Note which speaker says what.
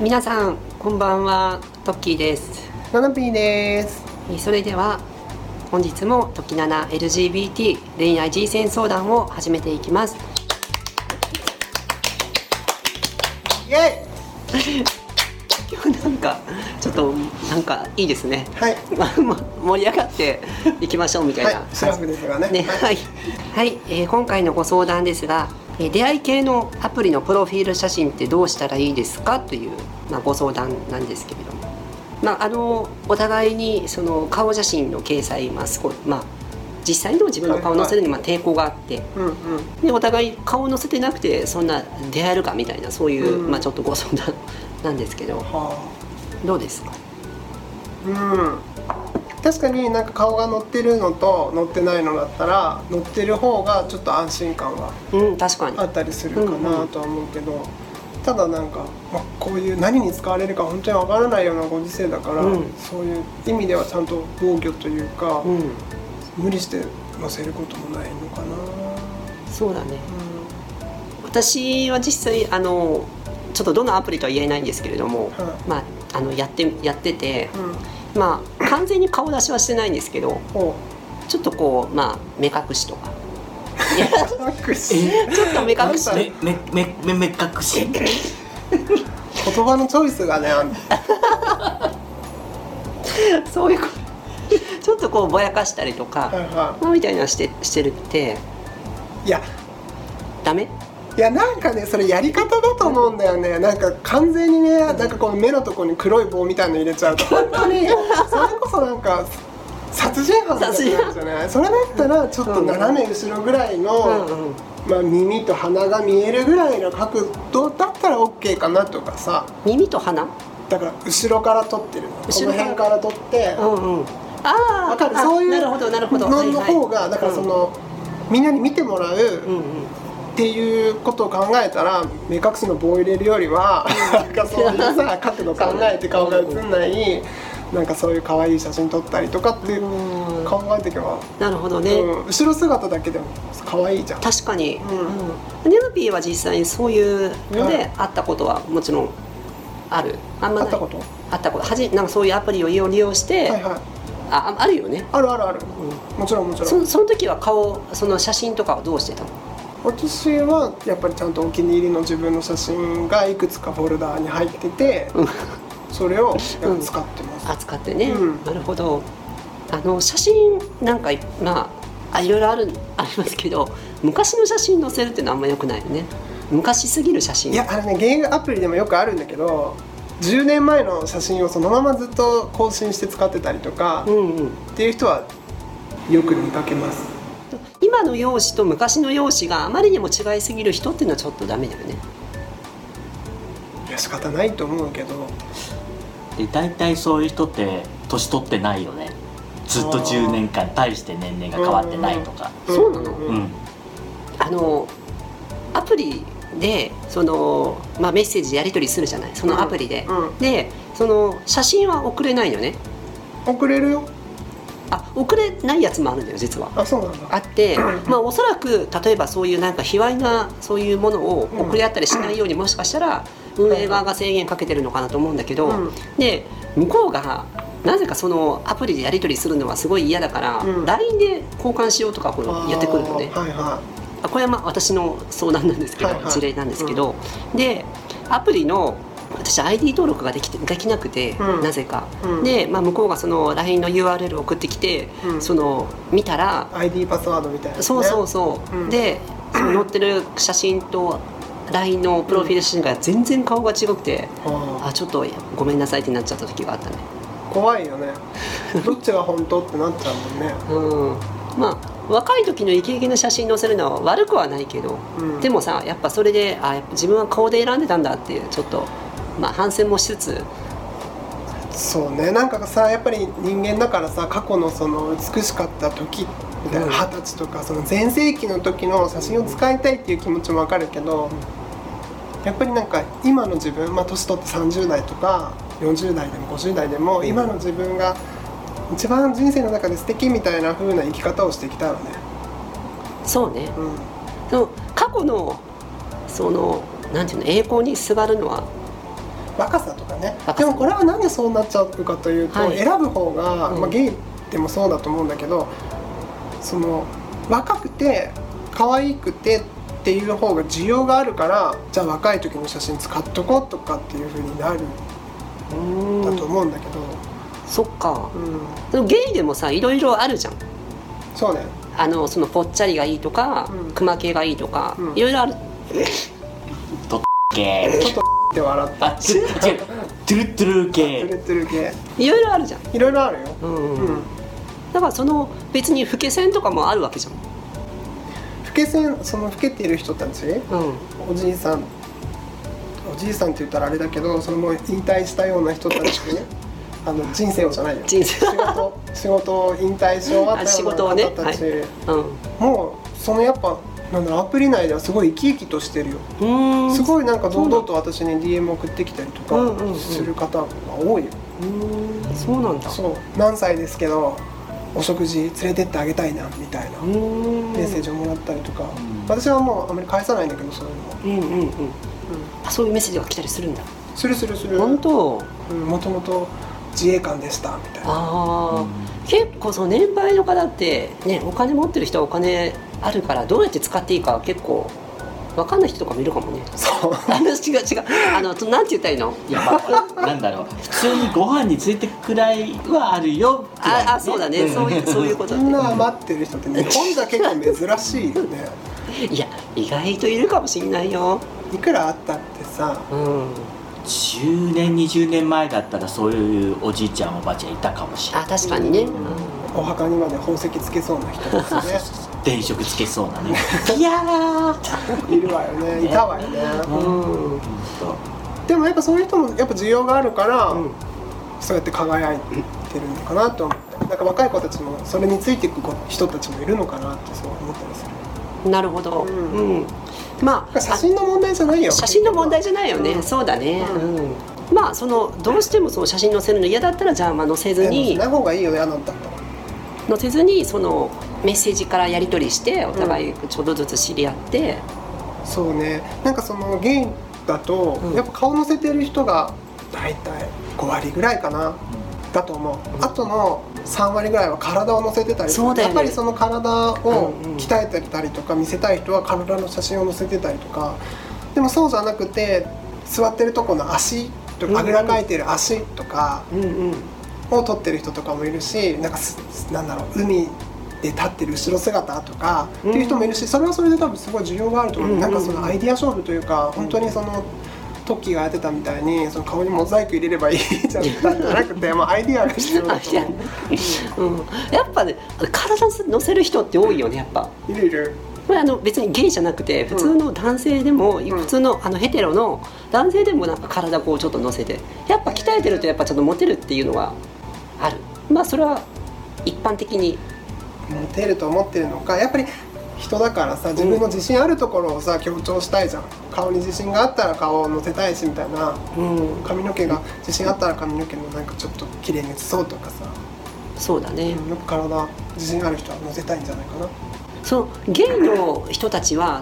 Speaker 1: 皆さんこんばんはトッキーです
Speaker 2: ナナピーです。
Speaker 1: えーそれでは本日も「時 7LGBT 恋愛人選相談」を始めていきます
Speaker 2: イエ
Speaker 1: 今日なんかちょっとなんかいいですね
Speaker 2: イ。はい。
Speaker 1: まあまあ盛り上がっていきましょうみたいな、
Speaker 2: はい。スラフですがね。
Speaker 1: ね、はい、はいえー今回のご相談ですが、えー出会い系のアプリのプロフィール写真ってどうしたらいいですかという、まあ、ご相談なんですけれども、まあ、あのお互いにその顔写真の掲載、まあすごいまあ、実際の自分の顔を載せるにまあ抵抗があって。
Speaker 2: うんうん。
Speaker 1: でお互い顔を載せてなくてそんな出会えるかみたいなそういう、
Speaker 2: うん
Speaker 1: まあ、ちょっとご相談なんですけど
Speaker 2: は
Speaker 1: どうですか
Speaker 2: あ。うん。確かになんか顔が乗ってるのと乗ってないのだったら乗ってる方がちょっと安心感は
Speaker 1: うん確かに
Speaker 2: あったりするかなとは思うけど、ただなんか、まあ、こういう何に使われるか本当にわからないようなご時世だから、
Speaker 1: うん
Speaker 2: そういう意味ではちゃんと防御というか、
Speaker 1: うん
Speaker 2: 無理して乗せることもないのかな。
Speaker 1: そうだね
Speaker 2: う
Speaker 1: 私は実際あのちょっとどのアプリとは言えないんですけれども、
Speaker 2: は
Speaker 1: まあ、あのやってやってて、
Speaker 2: ん。うん。
Speaker 1: まあ、完全に顔出しはしてないんですけど
Speaker 2: ほ
Speaker 1: ちょっとこう、まあ、目隠しと か
Speaker 2: う。握手
Speaker 1: ちょっと目隠し
Speaker 2: は
Speaker 1: ね
Speaker 2: い
Speaker 3: めめめめめ隠し
Speaker 2: 言葉のチョイスがねあん
Speaker 1: そういうことちょっとこうぼやかしたりと
Speaker 2: はい
Speaker 1: か、
Speaker 2: は
Speaker 1: まあみたいなのしてしてるって
Speaker 2: いいや
Speaker 1: ダメ
Speaker 2: いやなんかねそれやり方だと思うんだよねなんか完全にねなんかこの目のとこに黒い棒みたいの入れちゃうと本当にそれこそなんか殺人犯みたいになるじゃないそれだったらちょっと斜め後ろぐらいの、
Speaker 1: うんうん
Speaker 2: まあ、耳と鼻が見えるぐらいの角度だったら OK かなとかさ
Speaker 1: 耳と鼻
Speaker 2: だから後ろから撮ってるのこ
Speaker 1: 後ろ
Speaker 2: の
Speaker 1: から
Speaker 2: 辺から撮って
Speaker 1: うんうんあー
Speaker 2: わかる
Speaker 1: あ
Speaker 2: そういう
Speaker 1: なるほどなるほど
Speaker 2: のの方
Speaker 1: はいは
Speaker 2: が
Speaker 1: い
Speaker 2: だからそのみんなに見てもらう、
Speaker 1: うんうん
Speaker 2: っていうことを考えたら目隠しの棒を入れるよりはなんかそういうさ角度考えて顔が映んないなんかそういう可愛い写真撮ったりとかって
Speaker 1: うん
Speaker 2: 考えていけば、
Speaker 1: なるほどね、
Speaker 2: うん、後ろ姿だけでも可愛いじゃん。
Speaker 1: 確かに、
Speaker 2: うん
Speaker 1: うんネムピーは実際にそういうの
Speaker 2: は
Speaker 1: で
Speaker 2: い
Speaker 1: 会ったことはもちろんあるあんまな
Speaker 2: あ
Speaker 1: い
Speaker 2: ったこと
Speaker 1: あったことはじなんかそういうアプリを利用利用して、
Speaker 2: はいはい
Speaker 1: あああるよね
Speaker 2: あるあるある、もちろんもちろん
Speaker 1: そその時は顔その写真とかはどうしてたの
Speaker 2: 私はやっぱりちゃんとお気に入りの自分の写真がいくつかフォルダーに入ってて、それをやっぱ使ってます、
Speaker 1: 扱ってね、
Speaker 2: うん
Speaker 1: なるほどあの写真なんかまああいろいろあるありますけど昔の写真載せるっていうのはあんま良くないよね昔すぎる写真
Speaker 2: いやあれねゲームアプリでもよくあるんだけど10年前の写真をそのままずっと更新して使ってたりとか
Speaker 1: うんうん
Speaker 2: っていう人はよく見かけます
Speaker 1: 今の容姿と昔の容姿があまりにも違いすぎる人っていうのはちょっとダメだよね
Speaker 2: いや仕方ないと思うけど
Speaker 3: で大体そういう人って年取ってないよねずっと10年間大して年齢が変わってないとか
Speaker 1: そうなの
Speaker 3: うん、
Speaker 1: あのアプリでその、まあ、メッセージやり取りするじゃないそのアプリで、
Speaker 2: うんうん
Speaker 1: でその写真は送れないよね
Speaker 2: 遅れるよ
Speaker 1: あ送れないやつもあるんだよ実は
Speaker 2: あそうなん
Speaker 1: あ
Speaker 2: だ
Speaker 1: って、まあ、おそらく例えばそういうなんか卑猥なそういうものを送り合ったりしないようにもしかしたら運営側が制限かけてるのかなと思うんだけど、
Speaker 2: うん
Speaker 1: で向こうがなぜかそのアプリでやり取りするのはすごい嫌だから、
Speaker 2: うん
Speaker 1: LINE で交換しようとかこ
Speaker 2: あ
Speaker 1: う
Speaker 2: ー
Speaker 1: やってくるのね。
Speaker 2: はいは
Speaker 1: あこれはまあ私の相談なんですけど、
Speaker 2: はいはい
Speaker 1: 事例なんですけど、でアプリの私 ID 登録ができてできなくて、
Speaker 2: うん
Speaker 1: なぜか、
Speaker 2: うん
Speaker 1: で、まあ、向こうがその LINE の URL を送ってきて、
Speaker 2: うん
Speaker 1: その見たら、
Speaker 2: い ID パスワードみたいな、ね、
Speaker 1: そうそうそう、
Speaker 2: うん
Speaker 1: でその載ってる写真と LINE のプロフィール写真が全然顔が違くて、
Speaker 2: あ
Speaker 1: あちょっとごめんなさいってなっちゃった時があったね
Speaker 2: ー怖いよねどっちが本当ってなっちゃうもんね
Speaker 1: うんまあ若い時のイケイケの写真載せるのは悪くはないけど、
Speaker 2: うん
Speaker 1: でもさやっぱそれであやっぱ自分は顔で選んでたんだっていうちょっと、まあ、反省もしつつ
Speaker 2: そうねなんかさやっぱり人間だからさ過去のその美しかった時みたいな
Speaker 1: うん
Speaker 2: 二十、歳とかその全盛期の時の写真を使いたいっていう気持ちもわかるけど、やっぱりなんか今の自分まあ年取って30代とか40代でも50代でも今の自分が一番人生の中で素敵みたいな風な生き方をしていきたいよね。
Speaker 1: そうね
Speaker 2: うん
Speaker 1: その過去のそのなんていうの栄光にすがるのは
Speaker 2: 若さとかね
Speaker 1: 若さ
Speaker 2: でもこれはなんでそうなっちゃうかというと、
Speaker 1: はい
Speaker 2: 選ぶ方が、
Speaker 1: うん
Speaker 2: まあ、ゲイでもそうだと思うんだけどその若くて可愛くてっていう方が需要があるからじゃあ若い時の写真使っとこうとかっていうふうになるん
Speaker 1: うん
Speaker 2: だと思うんだけど、
Speaker 1: そっか
Speaker 2: うん
Speaker 1: でもゲイでもさいろいろあるじゃん
Speaker 2: そうね
Speaker 1: あのそのぽっちゃりがいいとか、
Speaker 2: うん
Speaker 1: クマ系がいいとか、
Speaker 2: うん
Speaker 1: いろいろある
Speaker 3: 系
Speaker 2: ちょっとって笑った
Speaker 3: あ違う違うトゥルトゥル
Speaker 2: トゥ
Speaker 3: 系
Speaker 2: ルトゥル系
Speaker 1: いろいろあるじゃん、
Speaker 2: いろいろあるよ、
Speaker 1: うん
Speaker 2: うん、
Speaker 1: だからその別に老け線とかもあるわけじゃん、
Speaker 2: 老け線その老けている人たち
Speaker 1: うん、
Speaker 2: おじいさんおじいさんって言ったらあれだけどそのもう引退したような人たち ねあの人生をじゃないよ
Speaker 1: 人生
Speaker 2: 仕事仕事を引退し終わっ
Speaker 1: あ
Speaker 2: た
Speaker 1: 仕
Speaker 2: よ
Speaker 1: 事を
Speaker 2: う
Speaker 1: ね
Speaker 2: な方たち、
Speaker 1: うん
Speaker 2: もうそのやっぱなんだろうアプリ内ではすごい生き生きとしてるよ
Speaker 1: うーん
Speaker 2: すごいなんか
Speaker 1: そうな
Speaker 2: 堂
Speaker 1: ん
Speaker 2: 々と私に DM 送ってきたりと
Speaker 1: うんうんうん
Speaker 2: かする方が多いよ、
Speaker 1: うーんそうなんだう
Speaker 2: そう何歳ですけどお食事連れてってあげたいなみたいな
Speaker 1: ーん
Speaker 2: メッセージをもらったりとか、
Speaker 3: ん
Speaker 2: 私はもうあまり返さないんだけどそういうのは、
Speaker 1: うんうんうんあそういうメッセージが来たりするんだ
Speaker 2: するするする
Speaker 1: 本当
Speaker 2: うんもともと自衛官でしたみたいな
Speaker 1: ああ、
Speaker 3: うん
Speaker 1: 結構その年配の方ってねお金持ってる人はお金あるからどうやって使っていいか結構わかんない人とかもいるかもね
Speaker 2: そう
Speaker 1: 話が違う違うあのとなんて言ったらいいの
Speaker 3: いやまあなんだろう普通にご飯についてくくらいはあるよくらい
Speaker 1: ああそうだねそういうそういうこと
Speaker 2: そ
Speaker 1: だ
Speaker 2: ん
Speaker 1: ね
Speaker 2: な余ってる人 って日本だけが珍しいよね
Speaker 1: いや意外といるかもしれないよ
Speaker 2: いくらあったってさ
Speaker 1: うん
Speaker 3: 10年20年前だったらそういうおじいちゃんおばあちゃんいたかもしれな
Speaker 1: あ
Speaker 3: い
Speaker 1: 確かにね、
Speaker 3: ん
Speaker 2: お墓にまで宝石つけそうな人で すよね
Speaker 3: 電飾つけそうなねいやー
Speaker 2: いるわよねいたわよね
Speaker 1: うん
Speaker 3: ほんと
Speaker 2: でもやっぱそういう人もやっぱ需要があるから、
Speaker 1: うん
Speaker 2: そうやって輝いてるのかなと思ってなんか若い子たちもそれについていく子人たちもいるのかなってそう思ったりする
Speaker 1: なるほど、う
Speaker 2: うんん
Speaker 1: まあ
Speaker 2: 写真の問題じゃないよ
Speaker 1: 写真の問題じゃないよね、
Speaker 2: うん
Speaker 1: そうだね、う
Speaker 2: うん
Speaker 1: まあそのどうしてもその写真載せるの嫌だったらじゃあまあ載せず
Speaker 2: ね
Speaker 1: に
Speaker 2: ない方がいいよ嫌なんだった
Speaker 1: 載
Speaker 2: ら
Speaker 1: せずにそのメッセージからやり取りしてお互いちょっとずつ知り合って、
Speaker 2: そうねなんかそのゲイだと、
Speaker 1: うん
Speaker 2: やっぱ顔乗せてる人が大体5割ぐらいかなだと思う、あとの3割ぐらいは体を乗せてたり
Speaker 1: そうだよ
Speaker 2: や
Speaker 1: ね
Speaker 2: っぱりその体を
Speaker 1: うんうん
Speaker 2: 鍛えてたりとか見せたい人は体の写真を載せてたりとかでもそうじゃなくて座ってるとこの足と
Speaker 1: うんうん
Speaker 2: あぐらかいてる足とか
Speaker 1: うんうん
Speaker 2: を撮ってる人とかもいるしなんかすなんだろう海で立ってる後ろ姿とかっていう人もいるし、それはそれで多分すごい需要があると思う、
Speaker 1: うんうんう
Speaker 2: なんんかそのアイディア勝負というか本当にその。トッキーがやってたみたいにその顔にモザイク入れればいいじゃんみたい なのじゃなくて、まあ、アイディアが必要だと思
Speaker 1: うんやっぱね体乗せる人って多いよねやっぱ
Speaker 2: ういるいる
Speaker 1: これあの別にゲイじゃなくて普通の男性でも、普通のあのヘテロの男性でもなんか体こうちょっと乗せてやっぱ鍛えてるとやっぱちょっとモテるっていうのがあるまあそれは一般的に
Speaker 2: モテると思ってるのかやっぱり人だからさ自分の自信あるところをさ強調したいじゃん顔に自信があったら顔を乗せたいしみたいな
Speaker 1: うん
Speaker 2: 髪の毛が自信あったら髪の毛もなんかちょっと綺麗に写そうとかさ
Speaker 1: そうだね、
Speaker 2: うんやっぱ体自信ある人は乗せたいんじゃないかな
Speaker 1: そのゲイの人たちは